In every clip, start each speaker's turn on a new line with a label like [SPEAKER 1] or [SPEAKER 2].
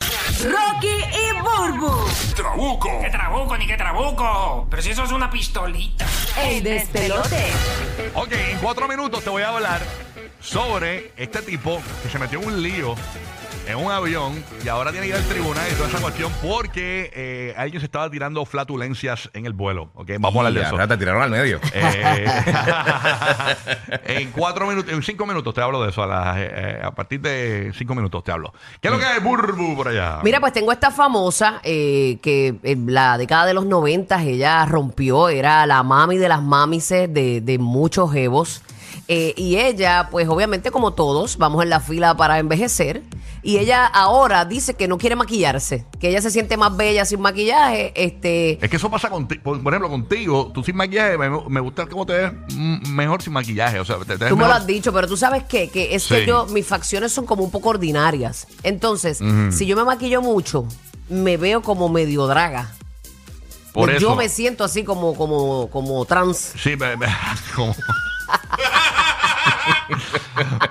[SPEAKER 1] Rocky y Burbu,
[SPEAKER 2] ¡Qué trabuco, ni qué trabuco! Pero si eso es una pistolita.
[SPEAKER 1] el despelote.
[SPEAKER 3] Ok, en cuatro minutos te voy a hablar sobre este tipo que se metió en un lío en un avión y ahora tiene que ir al tribunal y toda esa cuestión porque eh, alguien se estaba tirando flatulencias en el vuelo. Ok, vamos a hablar de
[SPEAKER 4] Ya,
[SPEAKER 3] eso.
[SPEAKER 4] ahora Te tiraron al medio.
[SPEAKER 3] Eh, en cuatro minutos, en cinco minutos te hablo de eso. A, las, eh, eh, a partir de cinco minutos te hablo. ¿Qué es lo que hay, Burbu, por allá?
[SPEAKER 5] Mira, pues tengo esta famosa eh, que en la década de los 90 ella rompió, era la mami de las mamises de, de muchos jevos. Eh, y ella, pues obviamente como todos, vamos en la fila para envejecer. Y ella ahora dice que no quiere maquillarse, que ella se siente más bella sin maquillaje. Este,
[SPEAKER 3] Es que eso pasa contigo. Por por ejemplo, contigo, tú sin maquillaje, me, me gusta cómo te ves mm, mejor sin maquillaje. O sea, te, te ves
[SPEAKER 5] Tú me lo
[SPEAKER 3] mejor-
[SPEAKER 5] has dicho, pero tú sabes qué, que es
[SPEAKER 3] Sí.
[SPEAKER 5] que yo, mis facciones son como un poco ordinarias. Entonces, si yo me maquillo mucho, me veo como medio draga.
[SPEAKER 3] Por eso.
[SPEAKER 5] Pues Yo me siento así como, como, como trans.
[SPEAKER 3] Sí, me, me- como-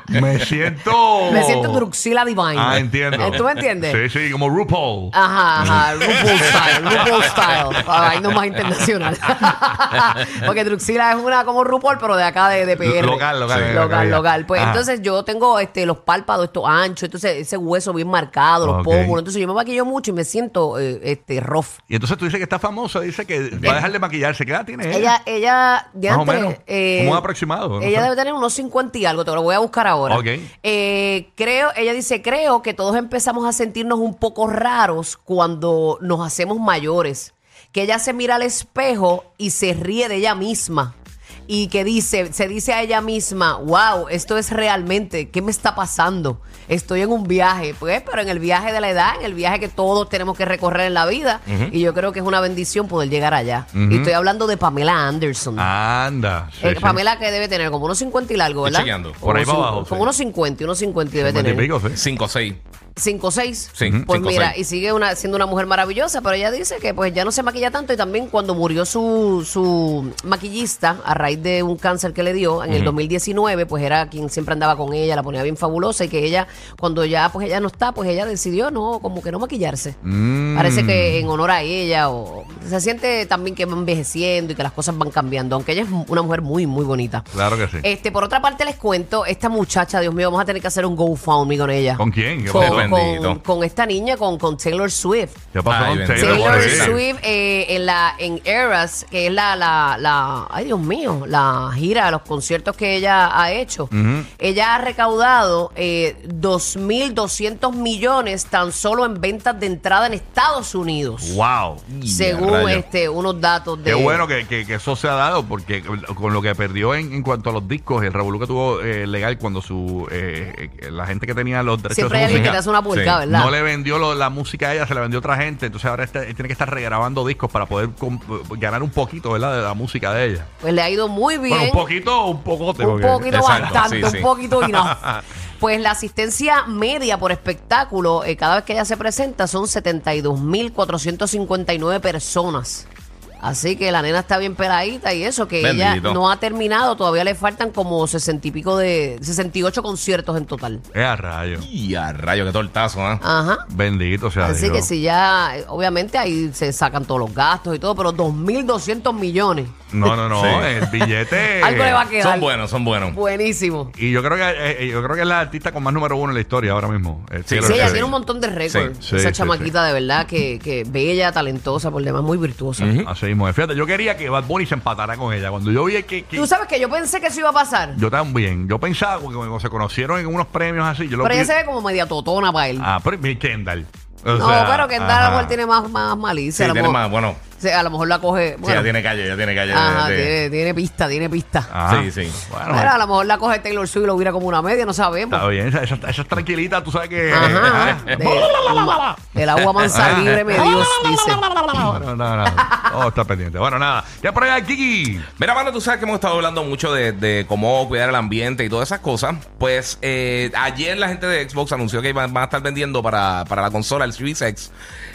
[SPEAKER 3] Me siento.
[SPEAKER 5] Me siento Druxila Divine.
[SPEAKER 3] Oh. Ah, entiendo.
[SPEAKER 5] ¿Tú me entiendes? Ah.
[SPEAKER 3] Sí, sí, como RuPaul.
[SPEAKER 5] Ajá, ajá, RuPaul style, RuPaul style. Ay, no más internacional. Porque Druxila es una como RuPaul, pero de acá de, de PR.
[SPEAKER 3] Local, local,
[SPEAKER 5] Sí,
[SPEAKER 3] local,
[SPEAKER 5] local,
[SPEAKER 3] ya.
[SPEAKER 5] local. Pues
[SPEAKER 3] Ajá.
[SPEAKER 5] entonces yo tengo este los párpados estos anchos, entonces ese hueso bien marcado, los
[SPEAKER 3] Ok.
[SPEAKER 5] pómulos. Entonces yo me maquillo mucho y me siento eh, este rough.
[SPEAKER 3] Y entonces tú dices que está famosa, dice que va a dejar de maquillarse. ¿Qué edad tiene ella?
[SPEAKER 5] Eh. Ella, ella, de
[SPEAKER 3] Eh. Más o
[SPEAKER 5] antes, eh,
[SPEAKER 3] menos. Como un aproximado, no
[SPEAKER 5] ella
[SPEAKER 3] sé.
[SPEAKER 5] debe tener unos 50 y algo, te lo voy a buscar ahora.
[SPEAKER 3] Ok.
[SPEAKER 5] Eh, creo, ella dice, creo que todos empezamos a sentirnos un poco raros cuando nos hacemos mayores. Que ella se mira al espejo y se ríe de ella misma. Y que dice, se dice a ella misma, wow, esto es realmente, ¿qué me está pasando? Estoy en un viaje, pues, pero en el viaje de la edad, en el viaje que todos tenemos que recorrer en la vida. Y yo creo que es una bendición poder llegar allá. Y estoy hablando de Pamela Anderson.
[SPEAKER 3] Anda. sí,
[SPEAKER 5] Eh,
[SPEAKER 3] sí.
[SPEAKER 5] Pamela que debe tener como unos 50 y largo, ¿verdad?
[SPEAKER 4] chequeando.
[SPEAKER 5] Como
[SPEAKER 3] Por ahí para
[SPEAKER 5] unos
[SPEAKER 3] abajo,
[SPEAKER 5] cin- Como
[SPEAKER 3] sí.
[SPEAKER 5] unos 50, unos 50 debe
[SPEAKER 3] Cincuenta y
[SPEAKER 5] tener.
[SPEAKER 3] pico, sí.
[SPEAKER 4] 5 6.
[SPEAKER 5] 5 o 6.
[SPEAKER 4] Sí,
[SPEAKER 5] pues
[SPEAKER 4] cinco,
[SPEAKER 5] mira,
[SPEAKER 4] seis.
[SPEAKER 5] y sigue una, siendo una mujer maravillosa, pero ella dice que pues ya no se maquilla tanto y también cuando murió su, su maquillista a raíz de un cáncer que le dio en el 2019, pues era quien siempre andaba con ella, la ponía bien fabulosa y que ella cuando ya pues ella no está, pues ella decidió no, como que no maquillarse.
[SPEAKER 3] Mm.
[SPEAKER 5] Parece que en honor a ella o se siente también que va envejeciendo y que las cosas van cambiando, aunque ella es una mujer muy muy bonita.
[SPEAKER 3] Claro que sí.
[SPEAKER 5] Este, por otra parte les cuento, esta muchacha, Dios mío, vamos a tener que hacer un GoFundMe con ella.
[SPEAKER 3] ¿Con quién? ¿Qué
[SPEAKER 5] Con,
[SPEAKER 3] pasó?
[SPEAKER 5] con-
[SPEAKER 4] Bendito.
[SPEAKER 5] con esta niña, con, con Taylor Swift.
[SPEAKER 3] ¿Qué pasó
[SPEAKER 4] Ay,
[SPEAKER 3] con
[SPEAKER 4] bendito.
[SPEAKER 3] Taylor
[SPEAKER 5] Taylor
[SPEAKER 3] Swift?
[SPEAKER 5] Swift eh, en la en Eras, que es la, la, la- ay Dios mío, la gira, los conciertos que ella ha hecho. Ella ha recaudado eh, 2.200 millones tan solo en ventas de entrada en Estados Unidos.
[SPEAKER 3] Wow.
[SPEAKER 5] Según
[SPEAKER 4] rayo.
[SPEAKER 5] este unos datos de
[SPEAKER 3] Qué bueno que, que- que eso se ha dado, porque con lo que perdió en, en cuanto a los discos, el revolú que tuvo eh, legal cuando su eh, eh, la gente que tenía los derechos
[SPEAKER 5] Siempre hay
[SPEAKER 3] de su
[SPEAKER 5] alguien que
[SPEAKER 3] música
[SPEAKER 5] te hace una publicada,
[SPEAKER 4] Sí.
[SPEAKER 5] ¿verdad?
[SPEAKER 3] no le vendió lo- la música a ella, se la vendió a otra gente, entonces ahora está- tiene que estar regrabando discos para poder com- eh, ganar un poquito, ¿verdad? De la música de ella.
[SPEAKER 5] Pues le ha ido muy bien.
[SPEAKER 3] Bueno, un poquito, un pocote.
[SPEAKER 5] Un
[SPEAKER 3] porque-
[SPEAKER 5] poquito
[SPEAKER 4] Exacto,
[SPEAKER 5] bastante,
[SPEAKER 4] sí, sí.
[SPEAKER 5] un poquito y no. Pues la asistencia media por espectáculo, eh, cada vez que ella se presenta, son 72.459 personas. Así que la nena está bien peladita y eso, que ella
[SPEAKER 4] Bendito.
[SPEAKER 5] no ha terminado, todavía le faltan como 60 y pico de 68 conciertos en total.
[SPEAKER 3] Eh, a rayo.
[SPEAKER 4] Y a rayo, qué tortazo, ¿ah?
[SPEAKER 5] Ajá.
[SPEAKER 3] Bendito sea
[SPEAKER 5] Así
[SPEAKER 3] Dios.
[SPEAKER 5] que si ya, eh, obviamente ahí se sacan todos los gastos y todo, pero 2.200 millones.
[SPEAKER 3] No, no, no.
[SPEAKER 4] Sí.
[SPEAKER 3] El billete.
[SPEAKER 5] Algo le va a
[SPEAKER 4] Eh, Son
[SPEAKER 5] quedar.
[SPEAKER 4] buenos, son buenos.
[SPEAKER 5] Buenísimo.
[SPEAKER 3] Y yo creo que eh, eh, yo creo que es la artista con más número uno en la historia ahora mismo. Eh,
[SPEAKER 4] Sí,
[SPEAKER 3] Taylor
[SPEAKER 5] Sí, ella
[SPEAKER 3] Swift.
[SPEAKER 5] tiene un montón de récords.
[SPEAKER 3] Sí, sí,
[SPEAKER 5] Esa
[SPEAKER 3] sí,
[SPEAKER 5] chamaquita de verdad que, que bella, talentosa, por demás muy virtuosa.
[SPEAKER 3] Así mismo. es. Fíjate, yo quería que Bad Bunny se empatara con ella. Cuando yo vi que. que-
[SPEAKER 5] Tú sabes que yo pensé que eso iba a pasar.
[SPEAKER 3] yo también. Yo pensaba, porque cuando se conocieron en unos premios así, yo lo
[SPEAKER 5] pero
[SPEAKER 3] vi.
[SPEAKER 5] ella se ve como media totona para él.
[SPEAKER 3] Ah, pero mi Kendall. O
[SPEAKER 5] no,
[SPEAKER 3] sea,
[SPEAKER 5] pero que a lo
[SPEAKER 3] ajá.
[SPEAKER 5] mejor tiene más, más malicia.
[SPEAKER 4] Sí,
[SPEAKER 5] a, lo
[SPEAKER 4] tiene
[SPEAKER 5] mejor,
[SPEAKER 4] más, bueno.
[SPEAKER 5] o sea, a lo mejor la coge.
[SPEAKER 4] Sí,
[SPEAKER 5] bueno,
[SPEAKER 4] ya tiene calle, ya tiene Ah, calle. de-
[SPEAKER 5] ajá,
[SPEAKER 4] de-
[SPEAKER 5] tiene, tiene pista, tiene pista.
[SPEAKER 3] Ajá.
[SPEAKER 4] Sí, sí.
[SPEAKER 3] Bueno,
[SPEAKER 5] Pero a lo mejor la coge Taylor Swift y lo hubiera como una media, no sabemos.
[SPEAKER 3] está bien. Esa, esa, esa es tranquilita, tú sabes que.
[SPEAKER 5] Ajá.
[SPEAKER 3] eh,
[SPEAKER 5] De, del agua manzalibre, me Dios, dice.
[SPEAKER 3] Bueno, no, no. Oh, está pendiente. Bueno, nada. Ya por allá, Kiki.
[SPEAKER 4] Mira, mano, tú sabes que hemos estado hablando mucho de, de cómo cuidar el ambiente y todas esas cosas. Pues eh, ayer la gente de Xbox anunció que van, van a estar vendiendo para, para la consola, el Series X,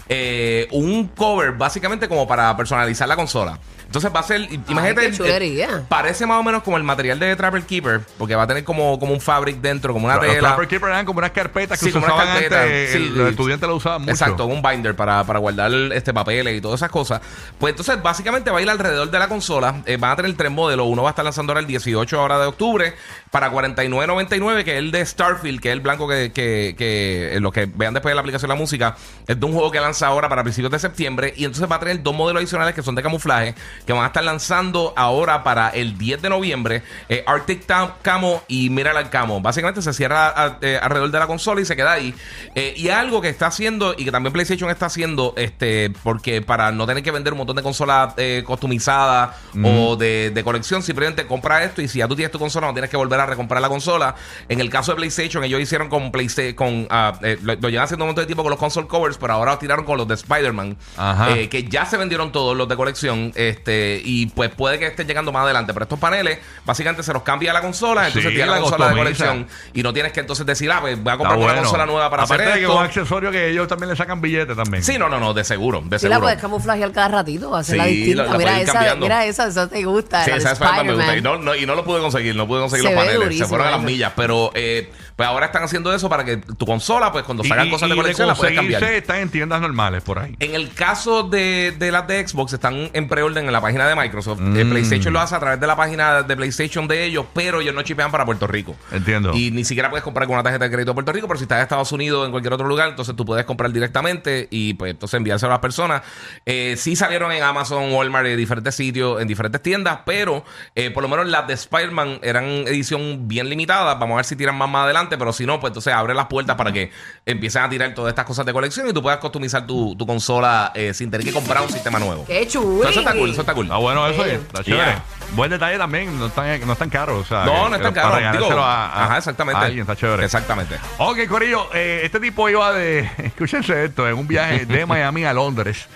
[SPEAKER 4] eh, un cover básicamente como para personalizar la consola. Entonces va a ser, imagínate,
[SPEAKER 5] qué
[SPEAKER 4] el- el-
[SPEAKER 5] chulería.
[SPEAKER 4] parece más o menos como el material de Trapper Keeper, porque va a tener como, como un fabric dentro, como una
[SPEAKER 3] Los
[SPEAKER 4] tela.
[SPEAKER 3] Trapper Keeper eran como unas carpetas que se
[SPEAKER 4] Sí, como una
[SPEAKER 3] usaban
[SPEAKER 4] carpeta.
[SPEAKER 3] antes.
[SPEAKER 4] Sí,
[SPEAKER 3] los
[SPEAKER 4] sí.
[SPEAKER 3] estudiantes lo usaban mucho.
[SPEAKER 4] Exacto, un binder para, para guardar este papeles y todas esas cosas. Pues entonces, básicamente va a ir alrededor de la consola. Eh, van a tener tres modelos. Uno va a estar lanzando ahora el 18 ahora de octubre para 49.99, que es el de Starfield, que es el blanco que, que, que eh, los que vean después de la aplicación de la música, es de un juego que lanza ahora para principios de septiembre. Y entonces va a tener dos modelos adicionales que son de camuflaje, que van a estar lanzando ahora para el 10 de noviembre. eh, Arctic Tam- Camo y Miral al Camo. Básicamente se cierra a- eh, alrededor de la consola y se queda ahí. Eh, y algo que está haciendo y que también PlayStation está haciendo, este, porque para no tener que vender un montón de consolas eh, customizadas o de, de colección, simplemente compra esto y si ya tú tienes tu consola, no tienes que volver a recomprar la consola. En el caso de PlayStation, ellos hicieron con PlayStation, con, ah, eh, lo, lo llevan haciendo un montón de tiempo con los console covers, pero ahora lo tiraron con los de Spider-Man,
[SPEAKER 3] Ajá.
[SPEAKER 4] eh, que ya se vendieron todos los de colección, este, y pues puede que estén llegando más adelante. Pero estos paneles, básicamente se los cambia a la consola, entonces
[SPEAKER 3] Sí,
[SPEAKER 4] tienes
[SPEAKER 3] la
[SPEAKER 4] la consola de
[SPEAKER 3] customiza.
[SPEAKER 4] colección y no tienes que entonces decir, ah, pues voy a
[SPEAKER 3] Está
[SPEAKER 4] comprar una
[SPEAKER 3] bueno.
[SPEAKER 4] consola nueva para
[SPEAKER 3] Aparte
[SPEAKER 4] hacer
[SPEAKER 3] de que es un
[SPEAKER 4] esto.
[SPEAKER 3] accesorio que ellos también le sacan billetes también.
[SPEAKER 4] Sí, no, no, no, de seguro, de
[SPEAKER 5] Sí, la
[SPEAKER 4] seguro.
[SPEAKER 5] puedes camuflajear cada ratito, hacerla
[SPEAKER 4] Sí,
[SPEAKER 5] distinta.
[SPEAKER 4] la- la
[SPEAKER 5] mira,
[SPEAKER 4] puedes ir
[SPEAKER 5] esa,
[SPEAKER 4] cambiando.
[SPEAKER 5] mira esa, esa te gusta.
[SPEAKER 4] Sí,
[SPEAKER 5] la de
[SPEAKER 4] esa Spider-Man me gusta.
[SPEAKER 5] Spider-Man.
[SPEAKER 4] Y no, no- y no lo pude conseguir, no pude conseguir
[SPEAKER 5] Se
[SPEAKER 4] los
[SPEAKER 5] ve
[SPEAKER 4] paneles.
[SPEAKER 5] durísimo
[SPEAKER 4] se fueron a las
[SPEAKER 5] eso.
[SPEAKER 4] millas. Pero eh, pues ahora están haciendo eso para que tu consola, pues cuando
[SPEAKER 3] Y-
[SPEAKER 4] salgan
[SPEAKER 3] y-
[SPEAKER 4] cosas de
[SPEAKER 3] y
[SPEAKER 4] colección, las puedes
[SPEAKER 3] conseguirse
[SPEAKER 4] cambiar.
[SPEAKER 3] Están en tiendas normales por ahí.
[SPEAKER 4] En el caso de, de las de Xbox, están en preorden en la página de Microsoft. Eh, PlayStation lo hace a través de la página de PlayStation de ellos, pero ellos no chipean para Puerto Rico.
[SPEAKER 3] Entiendo.
[SPEAKER 4] Y ni siquiera puedes comprar con una tarjeta de crédito de Puerto Rico, pero si estás en Estados Unidos o en cualquier otro lugar, entonces tú puedes comprar directamente y pues entonces enviárselo a las personas. Eh, sí salieron en Amazon, Walmart, en diferentes sitios, en diferentes tiendas, pero eh, por lo menos las de Spider-Man eran edición bien limitada. Vamos a ver si tiran más más adelante, pero si no, pues entonces abre las puertas para que empiecen a tirar todas estas cosas de colección y tú puedas customizar tu, tu consola eh, sin tener que comprar un sistema nuevo.
[SPEAKER 5] Qué
[SPEAKER 4] Entonces,
[SPEAKER 5] chulo.
[SPEAKER 4] Eso está cool, eso está cool.
[SPEAKER 3] Está Ah, bueno eso, oye, está chévere.
[SPEAKER 4] Yeah.
[SPEAKER 3] Buen detalle también, no están, no están caros. O sea,
[SPEAKER 4] No,
[SPEAKER 3] que-
[SPEAKER 4] no está
[SPEAKER 3] para
[SPEAKER 4] caro.
[SPEAKER 3] regalárselo
[SPEAKER 4] Digo,
[SPEAKER 3] a- a-
[SPEAKER 4] ajá, exactamente.
[SPEAKER 3] a alguien, está chévere.
[SPEAKER 4] Exactamente.
[SPEAKER 3] Ok, Corillo, eh, este tipo iba de. Escúchense esto, en un viaje de Miami a Londres.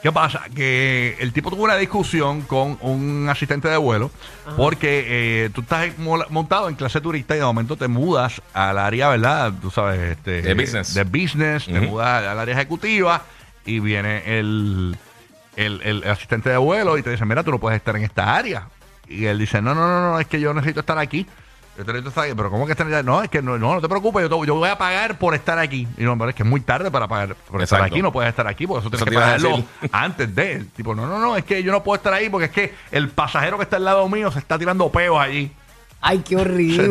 [SPEAKER 3] ¿Qué pasa? Que el tipo tuvo una discusión con un asistente de vuelo porque eh, tú estás mol- montado en clase turista y de momento te mudas al área, ¿verdad? Tú sabes, este,
[SPEAKER 4] De business.
[SPEAKER 3] De business, te
[SPEAKER 4] Ujú.
[SPEAKER 3] mudas al área ejecutiva y viene el, el, el asistente de vuelo y te dice, mira, tú no puedes estar en esta área. Y él dice, no, no, no, no, es que yo necesito estar aquí. Yo te necesito estar aquí. Pero ¿cómo que estar aquí? No, es que no, no, no te preocupes, yo, te- yo voy a pagar por estar aquí. Y no, pero es que es muy tarde para pagar por estar
[SPEAKER 4] Exacto.
[SPEAKER 3] aquí, no puedes estar aquí, porque eso tienes que
[SPEAKER 4] Eso te iba a
[SPEAKER 3] pagarlo
[SPEAKER 4] decir.
[SPEAKER 3] antes de él. Tipo, no, no, no, es que yo no puedo estar ahí porque es que el pasajero que está al lado mío se está tirando peos allí.
[SPEAKER 5] Ay, qué horrible. qué
[SPEAKER 3] Y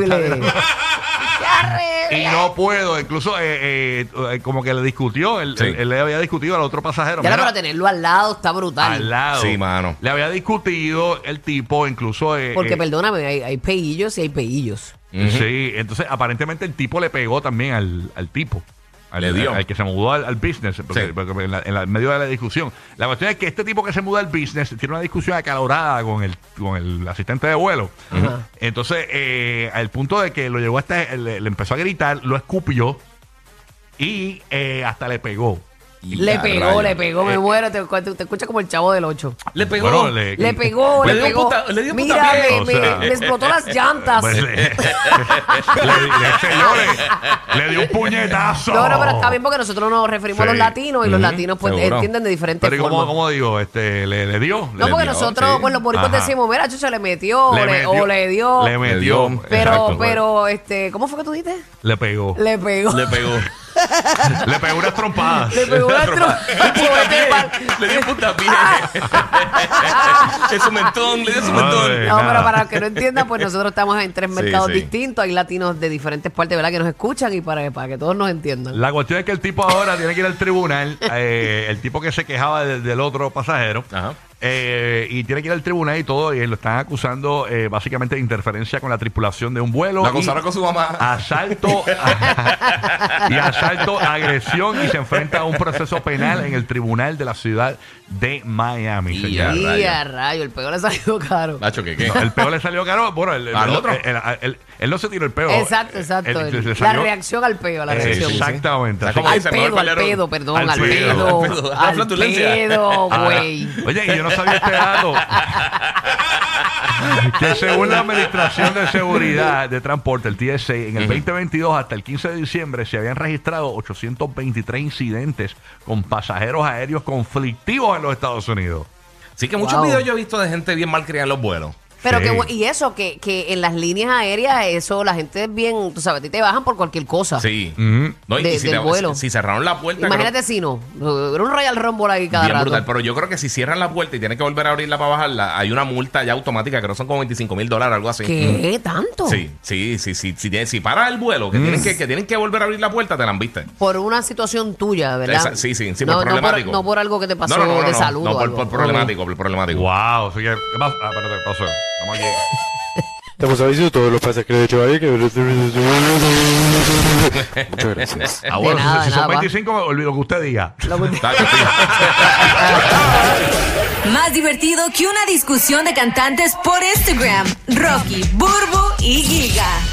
[SPEAKER 5] horrible.
[SPEAKER 3] no puedo, incluso eh, eh, eh, como que le discutió, él,
[SPEAKER 4] Sí.
[SPEAKER 3] él- él le había discutido al otro pasajero.
[SPEAKER 5] Ya
[SPEAKER 3] "Mira,
[SPEAKER 5] era para tenerlo al lado, está brutal.
[SPEAKER 3] al lado.
[SPEAKER 4] Sí, mano.
[SPEAKER 3] Le había discutido el tipo, incluso. eh,
[SPEAKER 5] Porque,
[SPEAKER 3] eh,
[SPEAKER 5] perdóname, hay, hay peillos y hay peillos.
[SPEAKER 3] Sí, entonces aparentemente el tipo le pegó también al, al tipo. Al,
[SPEAKER 4] Le dio.
[SPEAKER 3] al- al que se mudó al, al business, porque-
[SPEAKER 4] Sí.
[SPEAKER 3] porque en, la- en la- en medio de la discusión. La cuestión es que este tipo que se muda al business tiene una discusión acalorada con el, con el asistente de vuelo. Entonces, eh, al punto de que lo llevó hasta, le, le empezó a gritar, lo escupió y eh, hasta le pegó.
[SPEAKER 5] Le
[SPEAKER 4] Ya,
[SPEAKER 5] pegó,
[SPEAKER 4] rayo.
[SPEAKER 5] le pegó, me muero. Te, te, te escucha como el chavo del 8.
[SPEAKER 4] Le pegó.
[SPEAKER 3] Bueno, Eh. le-
[SPEAKER 5] Le pegó,
[SPEAKER 4] Le
[SPEAKER 5] le,
[SPEAKER 4] dio
[SPEAKER 5] pegó.
[SPEAKER 4] puta- le dio
[SPEAKER 5] Mira,
[SPEAKER 4] putapié.
[SPEAKER 5] me,
[SPEAKER 3] O
[SPEAKER 5] me-
[SPEAKER 3] sea.
[SPEAKER 5] me explotó las llantas.
[SPEAKER 3] Pues, le, le- le- señores, le dio un puñetazo.
[SPEAKER 5] no, no, pero está bien porque nosotros nos referimos a los
[SPEAKER 3] Sí.
[SPEAKER 5] latinos y los
[SPEAKER 4] Ujú,
[SPEAKER 5] latinos pues
[SPEAKER 4] seguro.
[SPEAKER 5] entienden de diferentes
[SPEAKER 3] Pero ¿y
[SPEAKER 5] formas.
[SPEAKER 3] ¿cómo, cómo digo? Este, le, le dio.
[SPEAKER 5] no,
[SPEAKER 3] le
[SPEAKER 5] porque
[SPEAKER 3] dio,
[SPEAKER 5] nosotros,
[SPEAKER 3] sí.
[SPEAKER 5] pues los boricuas
[SPEAKER 3] Ajá.
[SPEAKER 5] decimos, mira, chucha, le metió, o le- o le dio.
[SPEAKER 3] Le metió.
[SPEAKER 4] dio.
[SPEAKER 5] pero,
[SPEAKER 3] exacto. pues.
[SPEAKER 5] pero, este, ¿cómo fue que tú dijiste?
[SPEAKER 3] Le pegó.
[SPEAKER 5] Le pegó.
[SPEAKER 4] Le pegó.
[SPEAKER 3] Le pegó unas trompadas.
[SPEAKER 5] Le pegó una
[SPEAKER 4] Pero,
[SPEAKER 5] trompa.
[SPEAKER 4] le dio un puntapié, Le dio un puntapié. En su mentón, le dio su mentón.
[SPEAKER 3] Ay.
[SPEAKER 5] No,
[SPEAKER 3] nada.
[SPEAKER 5] pero para los que no entiendan, pues nosotros estamos en tres
[SPEAKER 6] Sí,
[SPEAKER 5] mercados
[SPEAKER 6] sí.
[SPEAKER 5] distintos. Hay latinos de diferentes partes, ¿verdad? Que nos escuchan y para, para que todos nos entiendan.
[SPEAKER 3] La cuestión es que el tipo ahora tiene que ir al tribunal, eh, el tipo que se quejaba de- del otro pasajero,
[SPEAKER 4] Ajá.
[SPEAKER 3] eh, y tiene que ir al tribunal y todo, y lo están acusando eh, básicamente de interferencia con la tripulación de un vuelo.
[SPEAKER 4] La
[SPEAKER 3] y
[SPEAKER 4] acusaron con su mamá.
[SPEAKER 3] Ah. Asalto y asalto, agresión y se enfrenta a un proceso penal en el tribunal de la ciudad de Miami.
[SPEAKER 4] Y
[SPEAKER 3] señor.
[SPEAKER 4] a
[SPEAKER 5] y
[SPEAKER 4] rayos.
[SPEAKER 5] a rayo, el peor le salió caro.
[SPEAKER 4] Nacho, ¿qué qué?
[SPEAKER 3] El peor le salió caro. Bueno, el, el-
[SPEAKER 4] Al otro.
[SPEAKER 3] el- el- el- él no se tiró el peor.
[SPEAKER 5] Exacto, exacto.
[SPEAKER 3] El- le
[SPEAKER 5] el- la
[SPEAKER 3] salió-
[SPEAKER 5] reacción al peo, la
[SPEAKER 3] Eh,
[SPEAKER 5] reacción.
[SPEAKER 3] Exactamente.
[SPEAKER 4] Está
[SPEAKER 3] Así
[SPEAKER 4] como
[SPEAKER 3] que-
[SPEAKER 5] Al
[SPEAKER 4] Dice, mejor
[SPEAKER 5] pedo, al
[SPEAKER 4] bailaron.
[SPEAKER 5] pedo, perdón,
[SPEAKER 3] Al
[SPEAKER 5] al
[SPEAKER 3] pedo,
[SPEAKER 4] al pedo,
[SPEAKER 5] pedo.
[SPEAKER 4] a la
[SPEAKER 5] Al
[SPEAKER 4] flatulencia.
[SPEAKER 5] pedo,
[SPEAKER 3] Ah,
[SPEAKER 5] güey.
[SPEAKER 3] Oye, y yo no sabía este dato. que según la Administración de Seguridad de Transporte, el TSA, en el 2022 hasta el 15 de diciembre se habían registrado 823 incidentes con pasajeros aéreos conflictivos en los Estados Unidos.
[SPEAKER 4] Sí que muchos
[SPEAKER 5] Wow.
[SPEAKER 4] videos yo he visto de gente bien mal criada en los vuelos.
[SPEAKER 5] Pero
[SPEAKER 3] Sí.
[SPEAKER 5] que, bu- y eso, que, que en las líneas aéreas, eso, la gente es bien, tú sabes, a ti te bajan por cualquier cosa.
[SPEAKER 4] Sí. No, y
[SPEAKER 5] De-
[SPEAKER 4] si,
[SPEAKER 5] del
[SPEAKER 4] te-
[SPEAKER 5] vuelo.
[SPEAKER 4] si- si cerraron la puerta,
[SPEAKER 5] Imagínate
[SPEAKER 4] creo-
[SPEAKER 5] si no. Era un Royal Rumble ahí cada
[SPEAKER 4] bien
[SPEAKER 5] rato.
[SPEAKER 4] brutal. Pero yo creo que si cierran la puerta y tienen que volver a abrirla para bajarla, hay una multa ya automática, creo que son como 25 mil dólares, algo así.
[SPEAKER 5] ¿Qué? ¿Tanto?
[SPEAKER 4] Mm. Sí, sí, sí, sí, sí, tiene- si para el vuelo, que, tienen que, que tienen que volver a abrir la puerta, te la han visto.
[SPEAKER 5] Por una situación tuya, ¿verdad?
[SPEAKER 4] Esa- sí, sí, sí,
[SPEAKER 5] no,
[SPEAKER 4] por
[SPEAKER 5] no
[SPEAKER 4] problemático.
[SPEAKER 5] no por algo que te pasó
[SPEAKER 4] No, no, no, no,
[SPEAKER 5] de
[SPEAKER 4] no,
[SPEAKER 5] salud.
[SPEAKER 4] No,
[SPEAKER 5] o
[SPEAKER 4] por,
[SPEAKER 5] algo.
[SPEAKER 4] por problemático, por problemático.
[SPEAKER 3] Wow. así que- ¿qué pasa? Ah, espérate, ¿qué pasó? Estamos aquí.
[SPEAKER 7] Estamos avisando todos los pasajeros de Chevalier que... Muchas gracias.
[SPEAKER 3] Ah, bueno,
[SPEAKER 5] nada,
[SPEAKER 3] si,
[SPEAKER 5] de
[SPEAKER 3] si son
[SPEAKER 5] nada, va.
[SPEAKER 3] 25, me olvido que usted diga.
[SPEAKER 5] Lo que-
[SPEAKER 4] Tacho, sí.
[SPEAKER 1] Más divertido que una discusión de cantantes por Instagram. Rocky, Burbu y Giga.